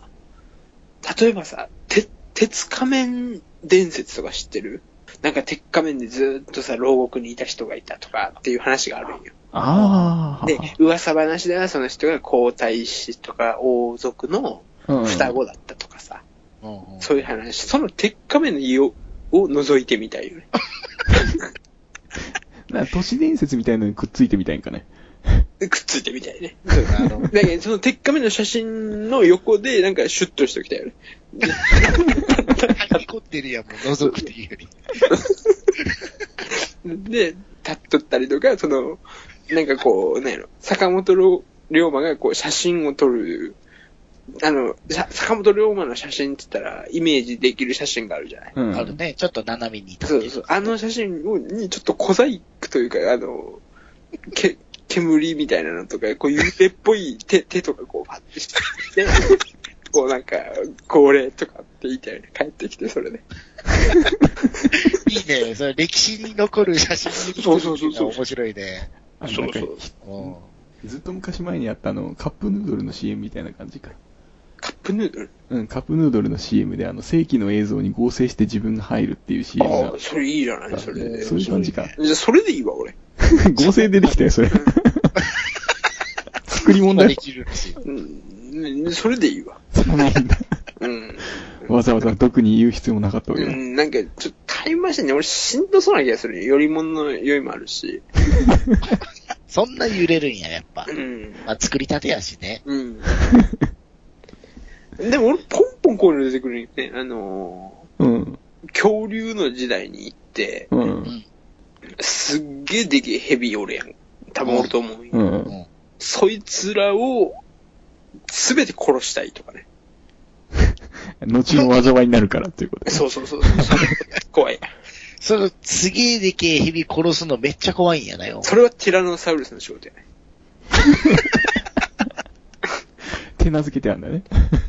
Speaker 1: 例えばさ、て、鉄仮面伝説とか知ってるなんか鉄仮面でずっとさ、牢獄にいた人がいたとかっていう話があるんよ。
Speaker 2: ああ。
Speaker 1: で、噂話ではその人が皇太子とか王族の
Speaker 2: うん、
Speaker 1: 双子だったとかさ、
Speaker 3: うんうん
Speaker 1: そういう話。その鉄仮面の家をを覗いてみたいよね。
Speaker 2: な都市伝説みたいのにくっついてみたいんかね。
Speaker 1: でくっついてみたいね。
Speaker 3: あの
Speaker 1: だけど、その鉄仮面の写真の横で、なんかシュッとしておきたいよね。
Speaker 3: 張り込んでるやん、もう覗くっていうより。
Speaker 1: で、立っとったりとか、その、なんかこう、なんやろ、坂本龍馬がこう写真を撮る、あの、さ坂本龍馬の写真って言ったら、イメージできる写真があるじゃない。
Speaker 2: うん。
Speaker 3: あるね、ちょっと斜めにいたって
Speaker 1: そ
Speaker 3: いう
Speaker 1: そう。あの写真をに、ちょっと小細工というか、あの、け、煙みたいなのとか、こう、幽霊っぽい手、 手とかこう、パッて して、こうなんか、これとかって言いたいね。帰ってきて、それで。
Speaker 3: いいね。それ歴史に残る写真に
Speaker 1: そうそうそうそう
Speaker 3: 面白いね。
Speaker 2: あの
Speaker 1: そ
Speaker 2: なん
Speaker 1: う
Speaker 2: か
Speaker 1: そう。
Speaker 3: うん
Speaker 2: ずっと昔前にやったあの、カップヌードルの CM みたいな感じか。
Speaker 1: カップヌードル
Speaker 2: うん、カップヌードルの CM で、あの、正規の映像に合成して自分が入るっていう CM が
Speaker 1: ああ、それいいじゃない、それで。
Speaker 2: そういう感じか。
Speaker 1: じゃあ、それでいいわ、俺。
Speaker 2: 合成出てきたよ、それ。作り物
Speaker 3: 今
Speaker 2: だ
Speaker 3: で
Speaker 2: よ。
Speaker 3: きるらしい。
Speaker 1: うん。ねそれでいいわ。
Speaker 2: そうなんだ。
Speaker 1: うん。
Speaker 2: わざわざ特に言う必要もなかったわけ
Speaker 1: う
Speaker 2: だ。
Speaker 1: ん、なんか、ちょっとタイムマシンね、俺しんどそうな気がするよ。よりもの酔いもあるし。
Speaker 3: そんな揺れるんや、やっぱ
Speaker 1: う。ん。
Speaker 3: まあ、作りたてやしね。
Speaker 1: うん。でも俺、ポンポンこういうの出てくるんよね。あの
Speaker 2: うん。
Speaker 1: ー、恐竜の時代に行って、
Speaker 2: う。
Speaker 3: うんん。
Speaker 1: すっげえでけえヘビおるやん。多分おると思うんよ
Speaker 2: う。
Speaker 3: うんん。
Speaker 1: そいつらを、すべて殺したいとかね。
Speaker 2: 後の災いになるからっていうこと。
Speaker 1: そうそうそうそうそう。怖い。
Speaker 3: その、すげえでけえ蛇殺すのめっちゃ怖いんやなよ。
Speaker 1: それはティラノサウルスの仕事やね。
Speaker 2: 手なずけてあんだね。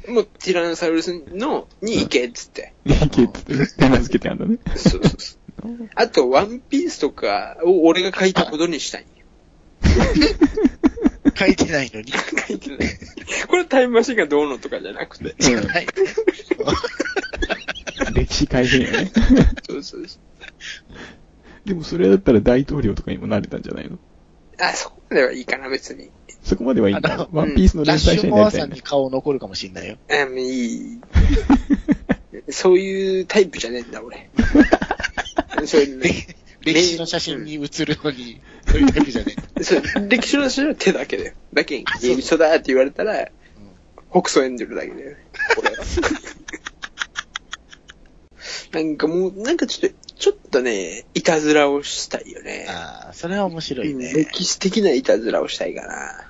Speaker 1: もうティラノサウルスの、に行けっつって。
Speaker 2: い けっつってね手なずけてあんだね。
Speaker 1: そうそうそう。あと、ワンピースとかを俺が書いたことにしたいんよ。
Speaker 3: 書いてないのに。
Speaker 1: 書いてない。これタイムマシンがどうのとかじゃなくて。
Speaker 3: しか ない。
Speaker 2: 歴史改変やね。
Speaker 1: そうそうそう。
Speaker 2: でもそれだったら大統領とかにもなれたんじゃないの
Speaker 1: あ、そこまではいいかな、別に。
Speaker 2: そこまではいいん
Speaker 3: あ
Speaker 2: だ
Speaker 3: の。
Speaker 2: ワンピースの
Speaker 3: ラッ
Speaker 2: 連
Speaker 3: シ
Speaker 2: 載者
Speaker 3: ュ
Speaker 2: に
Speaker 3: モ
Speaker 2: なり
Speaker 3: ア
Speaker 2: た
Speaker 3: さ
Speaker 2: い
Speaker 3: ん
Speaker 2: ね
Speaker 3: に。顔残るかもしんないよ。
Speaker 1: あ、もういい。そういうタイプじゃねえんだ、俺。 そういうね。
Speaker 3: 歴史の写真に写るのに、そういうタイプじゃね
Speaker 1: そう歴史の写真は手だけだよ。だけに、芸術だって言われたら、北斎演じるだけだよね。俺なんかもう、なんかちょっと、ちょっとね、いたずらをしたいよね
Speaker 3: え。。ああ、それは面白いね。
Speaker 1: 歴史的ないたずらをしたいかな。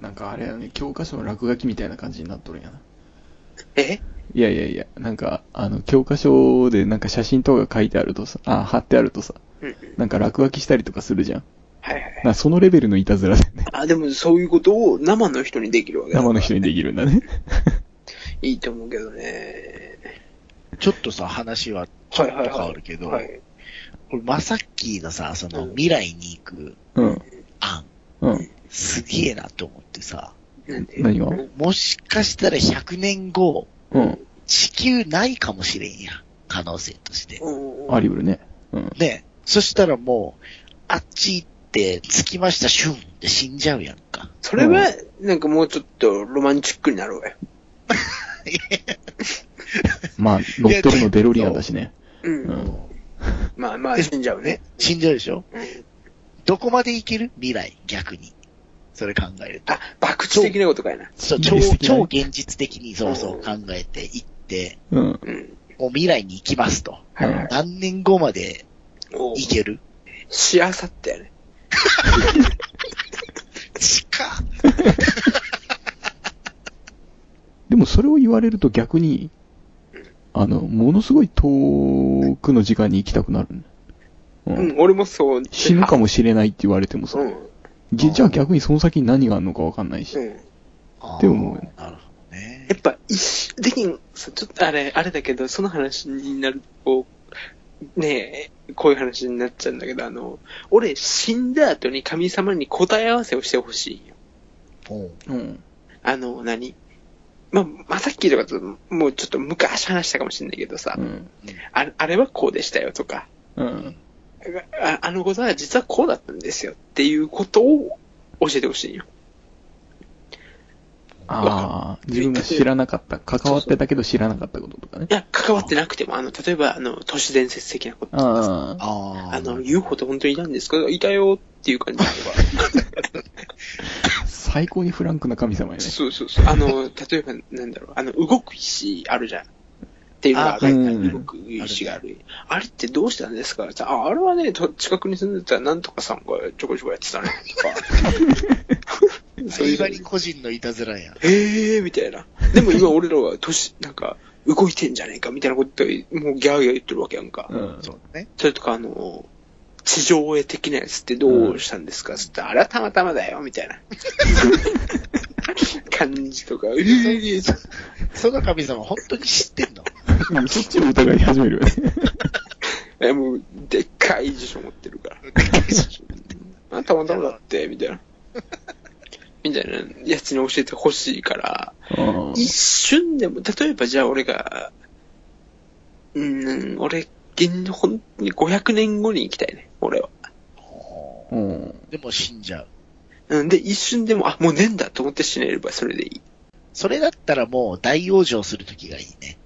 Speaker 2: なんかあれやね、教科書の落書きみたいな感じになっとるんやな。
Speaker 1: え
Speaker 2: いやいやいや、なんか、あの、教科書でなんか写真とか書いてあるとさ、あ、貼ってあるとさ、
Speaker 1: うんうん。
Speaker 2: なんか落書きしたりとかするじゃん。
Speaker 1: はいはい。
Speaker 2: なそのレベルのいたずらだよね。
Speaker 1: あ、でもそういうことを生の人にできるわけだ。
Speaker 2: 生の人にできるんだ ね。
Speaker 1: いいと思うけどね。
Speaker 3: ちょっとさ、話はちょっと変わるけど、
Speaker 1: はい。
Speaker 3: これマサッキーのさ、その
Speaker 1: うん
Speaker 3: 未来に行く
Speaker 2: うん。
Speaker 3: 案、
Speaker 2: うん。
Speaker 3: すげえなと思ってさ、
Speaker 1: なんで
Speaker 2: 何が
Speaker 3: もしかしたら100年後、
Speaker 2: うん。
Speaker 3: 地球ないかもしれんやん。可能性として。
Speaker 1: うん
Speaker 2: あり得るね。うん。
Speaker 3: ね。そしたらもう、あっち行って、着きました、シュンって死んじゃうやんか。
Speaker 1: それは、なんかもうちょっとロマンチックになろうよ。
Speaker 2: まあ、乗っ取るのデロリアンだしね。
Speaker 1: う。
Speaker 2: うんん。
Speaker 1: まあまあ、
Speaker 3: で
Speaker 1: 死んじゃうね。
Speaker 3: 死んじゃうでしょ
Speaker 1: うん
Speaker 3: どこまで行ける未来、逆に。それ考えると。
Speaker 1: あ、爆地的なことかいな。
Speaker 3: そう、
Speaker 2: 現
Speaker 3: 超
Speaker 2: 実、的な
Speaker 3: 超現実的にそうそう考えて行って、
Speaker 2: うん。
Speaker 1: うん。
Speaker 3: もう未来に行きますと。
Speaker 1: はいはい。
Speaker 3: 何年後まで
Speaker 1: おう
Speaker 3: 行ける
Speaker 1: しあさってやね。
Speaker 3: 地下
Speaker 2: でもそれを言われると逆に、あの、ものすごい遠くの時間に行きたくなるね。う。
Speaker 1: うんん、俺もそう。
Speaker 2: 死ぬかもしれないって言われてもさ
Speaker 1: う、ん。
Speaker 2: じじゃあ逆にその先に何があるのかわかんないし
Speaker 1: う。ん。や
Speaker 2: て思うよね
Speaker 3: あーなるほどね。
Speaker 1: っぱ、一瞬、できん、そうちょっとあれ、あれだけど、その話になると、ねえ、こういう話になっちゃうんだけど、あの、俺、死んだ後に神様に答え合わせをしてほしいんよ。
Speaker 3: うん
Speaker 2: うん。
Speaker 1: あの、何まあ、まさっきとかと、もうちょっと昔話したかもしれないけどさ、
Speaker 2: うん。
Speaker 1: ああれはこうでしたよとか、
Speaker 2: うん。
Speaker 1: ああのことは実はこうだったんですよっていうことを教えてほしいんよ。
Speaker 2: ああ、自分が知らなかった。関わってたけど知らなかったこととかね
Speaker 1: い。や、関わってなくても、あの、例えば、あの、都市伝説的なこととかさ
Speaker 2: ああ。
Speaker 3: あ
Speaker 1: あ
Speaker 3: あ
Speaker 1: の、UFO って本当にいたんですかいたよっていう感じで。
Speaker 2: 最高にフランクな神様やね。
Speaker 1: そうそうそう。あの、例えば、なんだろう、あの、動く石あるじゃん。っていうのがある
Speaker 2: あ
Speaker 1: じゃん
Speaker 2: うん
Speaker 1: 動く石がある。あれってどうしたんですかあ、あれはね、と近くに住んでたなんとかさんがちょこちょこやってたね。 とか。そうい
Speaker 3: 相
Speaker 1: うの
Speaker 3: 場に個人のいたずらやん。
Speaker 1: ええー、みたいな。でも今俺らは年、なんか、動いてんじゃねえかみたいなことで、もうギャーギャー言ってるわけやんか。
Speaker 2: うん。
Speaker 3: そうね。
Speaker 1: それとか、あの、地上絵的なやつってどうしたんですか、つって、あれはたまたまだよ、みたい な。感じとか、ええ
Speaker 3: その神様本当に知ってんの
Speaker 2: もうそっちを疑い始めるよね。
Speaker 1: え、もう、でっかい辞書持ってるから。あ、たまたまだって、みたいな。みたいなやつに教えてほしいから、
Speaker 2: うん
Speaker 1: 一瞬でも、例えばじゃあ俺が、うーん、俺、現本当に500年後に行きたいね、俺は。
Speaker 2: うん。
Speaker 3: でも死んじゃう。
Speaker 1: うん、で、一瞬でも、あ、もうねえんだと思って死ねればそれでいい。
Speaker 3: それだったらもう大往生するときがいいね。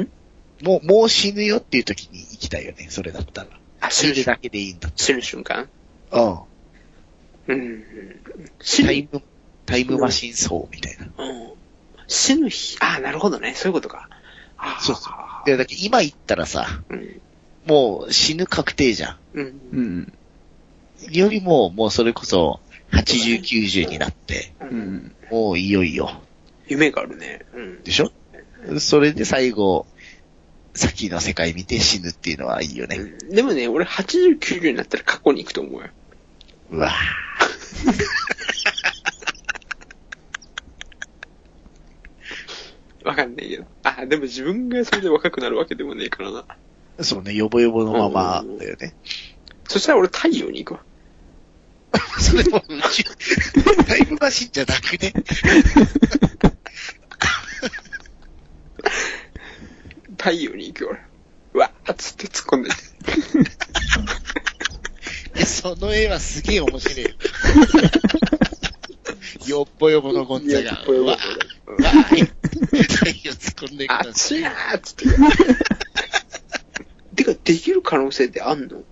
Speaker 1: ん
Speaker 3: もう、もう死ぬよっていうときに行きたいよね、それだったら。
Speaker 1: あ、死
Speaker 3: 死
Speaker 1: ぬ
Speaker 3: ぬ
Speaker 1: 瞬間
Speaker 3: だけでいいんだ。
Speaker 1: 死ぬ瞬間
Speaker 3: うん。
Speaker 1: うん。死
Speaker 3: タ
Speaker 1: ぬ
Speaker 3: イム、タイムマシン層みたいな。
Speaker 1: うん死ぬ日、ああ、なるほどね。そういうことか。ああ
Speaker 3: そうそで、だけど今行ったらさ、
Speaker 1: うん。
Speaker 3: もう死ぬ確定じゃ
Speaker 1: うん。
Speaker 2: うん。
Speaker 3: ん。よりも、もうそれこそ、80、90になって、
Speaker 1: う。
Speaker 2: うんん。
Speaker 3: もういよいよ。
Speaker 1: 夢があるね。うん。
Speaker 3: でしょそれで最後、先の世界見て死ぬっていうのはいいよね。
Speaker 1: でもね、俺80、90になったら過去に行くと思うよ。
Speaker 3: うわ
Speaker 1: わかんないけど。ああ、でも自分がそれで若くなるわけでもねえからな。
Speaker 3: ぁそうね、ヨボヨボのままだよね。
Speaker 1: そしたら俺太陽に行くわ。
Speaker 3: それも宇宙、タイムマシンじゃなくね。
Speaker 1: 太陽に行くよ、俺。うわーっつって突っ込んで。
Speaker 3: えその絵はすげえ面白いよ。よっぽよぼのゴンザ
Speaker 1: いや
Speaker 3: が。
Speaker 1: これ
Speaker 3: うわ
Speaker 1: は
Speaker 3: ぁ、わぁ、太陽突っ込んでいく
Speaker 1: あ
Speaker 3: な
Speaker 1: っちやーっつ って。てか、できる可能性ってあんの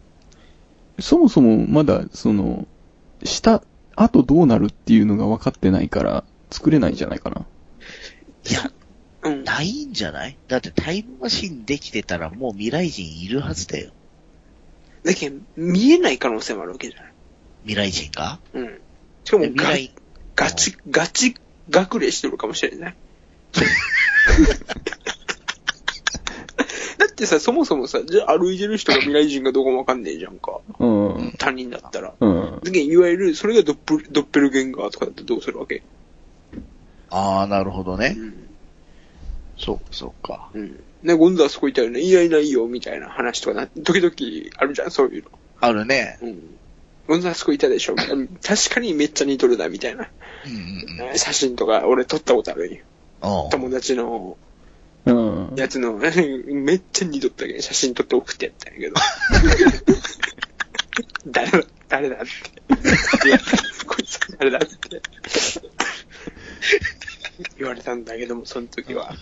Speaker 2: そもそもまだ、その、した後どうなるっていうのが分かってないから、作れないんじゃないかな。
Speaker 3: いや、
Speaker 1: うん。
Speaker 3: ないんじゃないだってタイムマシンできてたらもう未来人いるはずだよ。
Speaker 1: だけど、見えない可能性もあるわけじゃない。
Speaker 3: 未来人が
Speaker 1: うん。しかも
Speaker 3: 未
Speaker 1: ガ、
Speaker 3: 来、
Speaker 1: ガチ、ガチ、学齢してるかもしれ ない。だってさ、そもそもさ、じゃあ歩いてる人が未来人がどこもわかんねえじゃんか。
Speaker 2: うん。
Speaker 1: 他人だったら。
Speaker 2: うん。
Speaker 1: だけどいわゆる、それがドップドッペルゲンガーとかだってどうするわけ
Speaker 3: ああ、なるほど
Speaker 1: う
Speaker 3: ね。
Speaker 1: ん。
Speaker 3: そう、そうか。
Speaker 1: うん。ね、ゴンザあそこいたよね。いやいないよ、みたいな話とかな、時々あるじゃん、そういうの。
Speaker 3: あるね。
Speaker 1: うん。ゴンザあそこいたでしょ。みたいな確かにめっちゃ似とるな、みたいな。
Speaker 3: うんうんうん。
Speaker 1: 写真とか、俺撮ったことあるよ。
Speaker 3: おう
Speaker 1: 友達の
Speaker 2: うん。
Speaker 1: やつの、 めっちゃ似とったけど、写真撮って送ってやったんやけ ど。誰だ、誰だって。いや、こいつ誰だって。言われたんだけども、その時は。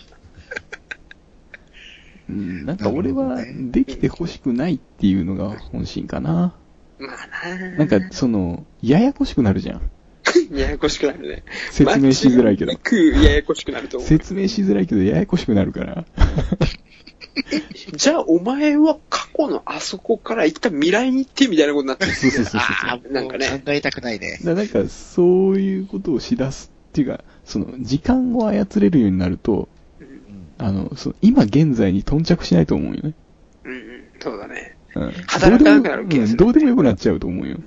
Speaker 2: うんなんか俺
Speaker 3: な
Speaker 2: は
Speaker 3: るほどね
Speaker 2: できてほしくないっていうのが本心かな。
Speaker 1: まあな
Speaker 2: なんかその、ややこしくなるじゃん。
Speaker 1: ややこしくなるね。
Speaker 2: 説明しづらいけど
Speaker 1: 間違くややこしくなると思う。
Speaker 2: 説明しづらいけどややこしくなるから。
Speaker 1: じゃあ、お前は過去のあそこから一旦未来に行ってみたいなことになってる。
Speaker 2: そうそうそうそう。
Speaker 3: ああ、
Speaker 1: な
Speaker 3: なんん
Speaker 1: か
Speaker 3: か
Speaker 1: ね
Speaker 3: ね。考えたくないね。
Speaker 2: だなんか、そういうことをしだすっていうか、その、時間を操れるようになると、
Speaker 3: うん
Speaker 2: あの、その今現在に頓着しないと思うよね。
Speaker 1: うんうん、そうだね。
Speaker 2: うん。
Speaker 1: 働かなくなる気がする
Speaker 2: どうでもよくなっちゃうと思うよ。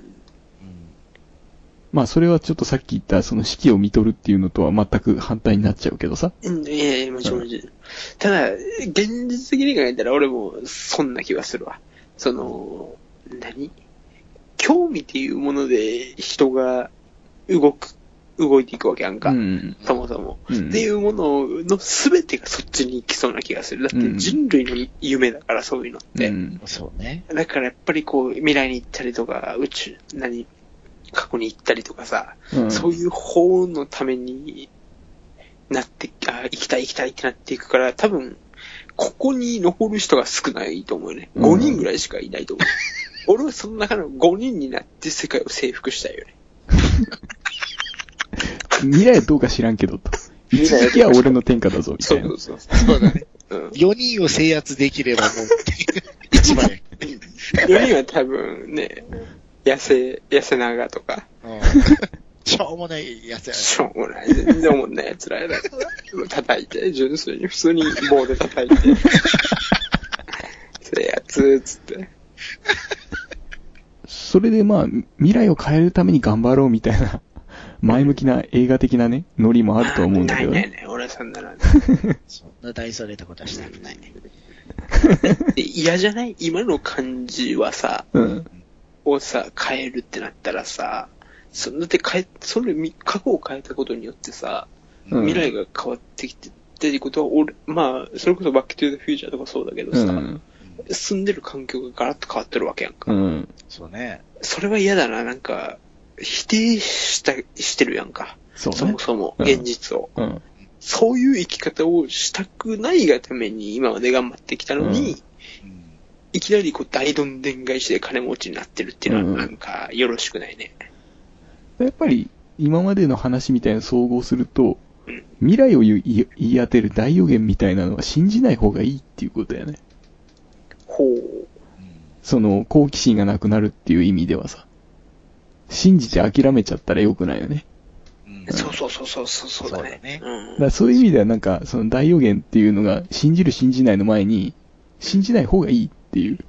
Speaker 2: まあ、それはちょっとさっき言った、その式を見とるっていうのとは全く反対になっちゃうけどさ。
Speaker 1: うん、いやいや、もちろんもちろん。ただ、現実的に考えたら俺もそんな気はするわ。その、何興味っていうもので人が動く、動いていくわけやんか。
Speaker 2: うん。
Speaker 1: そもそも。
Speaker 2: うん
Speaker 1: っていうものの全てがそっちに行きそうな気がする。だって人類の夢だから、そういうのっ
Speaker 2: う
Speaker 1: て。
Speaker 2: ん。
Speaker 3: そうね。
Speaker 1: だからやっぱりこう、未来に行ったりとか、宇宙、何過去に行ったりとかさ、
Speaker 2: うん。
Speaker 1: そういう方のためになって、あ行きたい行きたいってなっていくから、多分、ここに残る人が少ないと思うよね。
Speaker 2: うん
Speaker 1: 5人ぐらいしかいないと思 う。俺はその中の5人になって世界を征服したいよね。
Speaker 2: 未来はどうか知らん けどと。一時期は俺の天下だぞ、みた
Speaker 1: そう
Speaker 2: いな。
Speaker 1: そうそう。
Speaker 3: そうだね。
Speaker 1: うん。
Speaker 3: 4人を制圧できれば もう、一番や。
Speaker 1: 4人は多分ね、痩せ、痩せ長とか、
Speaker 3: しょうもないやつやね。
Speaker 1: しょうもない、全然おもんない奴らやだから、叩いて、純粋に普通に棒で叩い て、せやつーっつって。
Speaker 2: それでまあ、未来を変えるために頑張ろうみたいな、前向きな映画的なね、ノリもあると思うんだけど
Speaker 1: ない
Speaker 2: ね
Speaker 1: な。いない。俺、さんなら。
Speaker 3: そんな大それたことはしたくない。
Speaker 1: で嫌じゃない今の感じはさ、
Speaker 2: うん。
Speaker 1: をさ、変えるってなったらさ、そだって変え、それみ、過去を変えたことによってさ、
Speaker 2: うん
Speaker 1: 未来が変わってきて、っていうことは、俺、まあ、それこそバックトゥーザフューチャーとかそうだけど
Speaker 2: う
Speaker 1: さ、
Speaker 2: ん。
Speaker 1: 住んでる環境がガラッと変わってるわけやんか。
Speaker 2: うん。
Speaker 3: そうね。
Speaker 1: それは嫌だな、なんか、否定した、してるやんか。
Speaker 2: そう
Speaker 1: そ
Speaker 2: ね
Speaker 1: も。そも、
Speaker 2: うん
Speaker 1: 現実を。
Speaker 2: うん。
Speaker 1: そういう生き方をしたくないがために今まで頑張ってきたのに、
Speaker 2: うん
Speaker 3: うん
Speaker 1: いきなりこう大どんでん返しで金持ちになってるっていうの
Speaker 2: う
Speaker 1: は
Speaker 2: ん
Speaker 1: なんかよろしくないね。
Speaker 2: やっぱり、今までの話みたいなの総合すると
Speaker 1: うん、
Speaker 2: 未来を言う言い言い当てる大予言みたいなのは信じない方がいいっていうことやね。
Speaker 1: ほう。
Speaker 2: その、好奇心がなくなるっていう意味ではさ。信じて諦めちゃったら良くないよね。
Speaker 3: うん
Speaker 1: そうそうそうそうそうそうだね。
Speaker 3: そう
Speaker 2: だからそういう意味ではなんか、その大予言っていうのが、信じる信じないの前に、信じない方がいいっていう、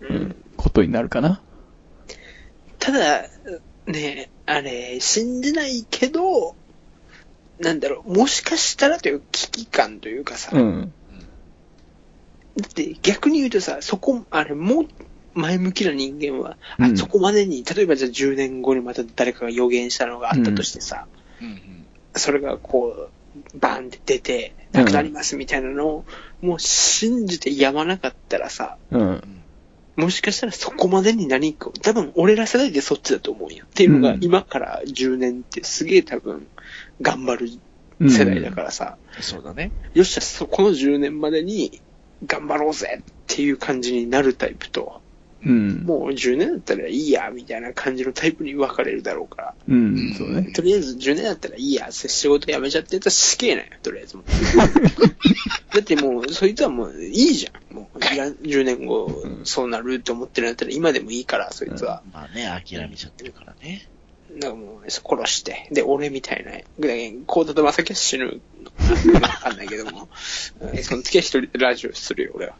Speaker 1: うん
Speaker 2: う
Speaker 1: うん
Speaker 2: ん、ことになるかな。
Speaker 1: ただ、ねあれ、信じないけど、なんだろう、もしかしたらという危機感というかさ、
Speaker 2: うん。
Speaker 1: だって逆に言うとさ、そこ、あれ、もう前向きな人間は、あ
Speaker 2: うん
Speaker 1: そこまでに、例えばじゃあ10年後にまた誰かが予言したのがあったとしてさ、
Speaker 3: うんうん
Speaker 1: それがこう、バーンって出て、なくなりますみたいなのを、もう信じてやまなかったらさ、
Speaker 2: うん。
Speaker 1: もしかしたらそこまでに何か、多分俺ら世代でそっちだと思うよ。っていうのが、
Speaker 2: うん
Speaker 1: 今から10年ってすげえ多分、頑張る
Speaker 2: うん
Speaker 1: 世代だからさ、
Speaker 3: そうだね。
Speaker 1: よっしゃ、そこの10年までに頑張ろうぜっていう感じになるタイプと、
Speaker 2: うん。
Speaker 1: もう10年だったらいいや、みたいな感じのタイプに分かれるだろうから。
Speaker 2: うん、そうね。
Speaker 1: とりあえず10年だったらいいや、仕事辞めちゃってたら死刑なんよ、とりあえずもう。 だってもう、そいつはもういいじゃん。もういらん10年後、そうなると思ってるんだったら今でもいいから、そいつは。
Speaker 3: まあね、諦めちゃってるからね。
Speaker 1: だからもう、殺して。で、俺みたいな。だけど、コードまさきは死ぬの。わかんないけども。うんその時は一人でラジオするよ、俺は。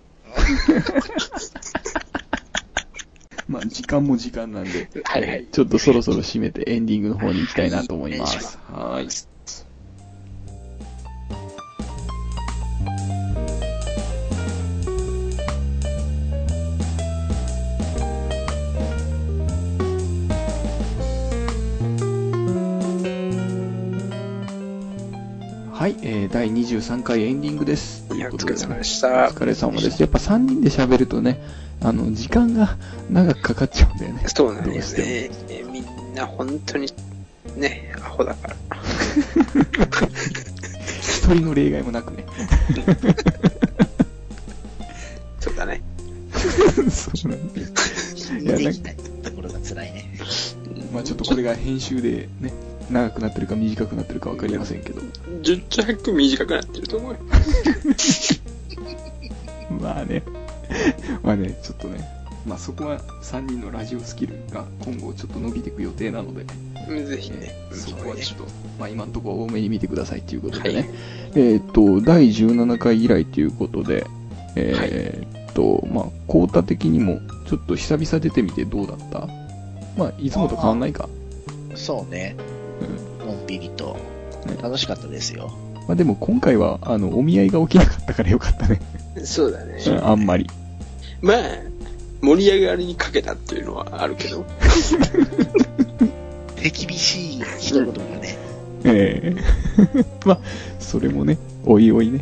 Speaker 2: まあ、時間も時間なんで、
Speaker 1: はいはい
Speaker 2: えーちょっとそろそろ締めてエンディングの方に行きたいなと思います。はーい。はい、えー、第23回エンディングです。と
Speaker 1: い
Speaker 2: い
Speaker 1: や
Speaker 2: う
Speaker 1: お
Speaker 2: こと
Speaker 1: 疲
Speaker 2: で
Speaker 1: れ様でし
Speaker 2: お
Speaker 1: た。
Speaker 2: 疲れ様です。やっぱ3人で喋るとね、あの、時間が長くかかっちゃうんだよね。
Speaker 1: そうなん
Speaker 2: ど
Speaker 1: で
Speaker 2: うし
Speaker 1: す
Speaker 2: て
Speaker 1: ね
Speaker 2: も。
Speaker 1: えみんな本当に、ね、アホだから。
Speaker 2: 一人の例外もなくね。
Speaker 1: そうだね。
Speaker 2: そうなんです。
Speaker 3: い
Speaker 2: やな
Speaker 3: や、で
Speaker 2: ん
Speaker 3: きないところが辛いね。
Speaker 2: まあちょっとこれが編集でね、長くなってるか短くなってるかわかりませんけど。
Speaker 1: 10着短くなってると思うよ。
Speaker 2: まあね。 まあね、ちょっとね。まあそこは3人のラジオスキルが今後ちょっと伸びていく予定なので、
Speaker 1: ぜひね
Speaker 2: え。ーそこ
Speaker 1: う
Speaker 2: は
Speaker 1: ね
Speaker 2: ちょっと、まあ今のところ多めに見てくださいということでね。
Speaker 1: はい
Speaker 2: えーっと、第17回以来ということで、えーっと、まあ、効果的にも、ちょっと久々出てみてどうだったまあ、いつもと変わんないか。
Speaker 3: そうね。のんびりと
Speaker 2: ね。
Speaker 3: 楽しかったですよ。
Speaker 2: まあでも今回は、あの、お見合いが起きなかったからよかったね。
Speaker 1: そうだね。
Speaker 2: あんまり。
Speaker 1: まあ、盛り上がりにかけたっていうのはあるけど。
Speaker 3: 手厳しい一言がね。
Speaker 2: え えまあ、それもね、おい おいね。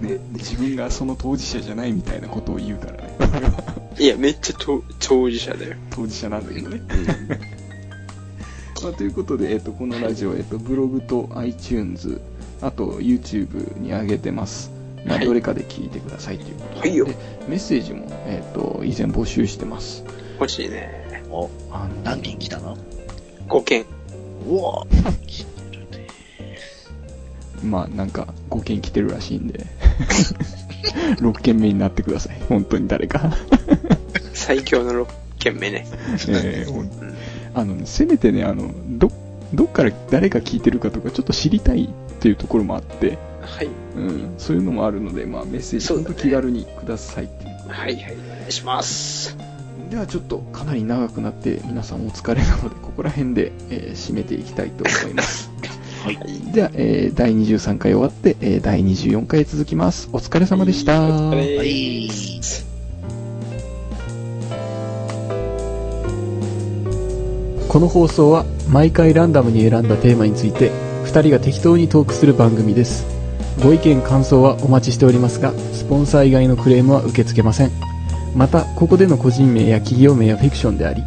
Speaker 2: ね、自分がその当事者じゃないみたいなことを言うからね。
Speaker 1: いや、めっちゃと当事者だよ。
Speaker 2: 当事者なんだけどね。 まあ、ということで、えっと、このラジオ、えっと、ブログと iTunes、あと YouTube に上げてます。まあ、
Speaker 1: はい
Speaker 2: どれかで聞いてくださいということで、
Speaker 1: はいよ
Speaker 2: メッセージも、えっと、以前募集してます。
Speaker 1: 欲しいね。
Speaker 3: お、
Speaker 2: あの
Speaker 3: 何件来たの
Speaker 1: 5件。
Speaker 3: う わ来てるね。
Speaker 2: まあなんか5件来てるらしいんで、6件目になってください。本当に誰か。
Speaker 1: 最強の6件目ね。
Speaker 2: えーほんあのね、せめてね、あの、ど、どっから誰が聞いてるかとかちょっと知りたいっていうところもあって、
Speaker 1: はい。
Speaker 2: うん、そういうのもあるので、まあメッセージ
Speaker 1: そう
Speaker 2: 本
Speaker 1: だね
Speaker 2: 当気軽にくださいっていう。
Speaker 1: はいはい。お願いします。ではちょっとかなり長くなって皆さんお疲れなのでここら辺で、えー締めていきたいと思います
Speaker 3: はい
Speaker 1: じゃあ、えー第23回終わって、えー第24回続きますお疲れ様でした、
Speaker 4: お疲れ
Speaker 3: はい。
Speaker 2: この放送は毎回ランダムに選んだテーマについて2人が適当にトークする番組ですご意見感想はお待ちしておりますがスポンサー以外のクレームは受け付けませんまたここでの個人名や企業名はフィクションであり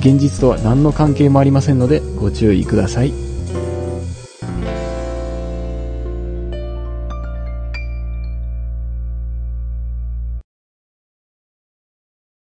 Speaker 2: 現実とは何の関係もありませんのでご注意ください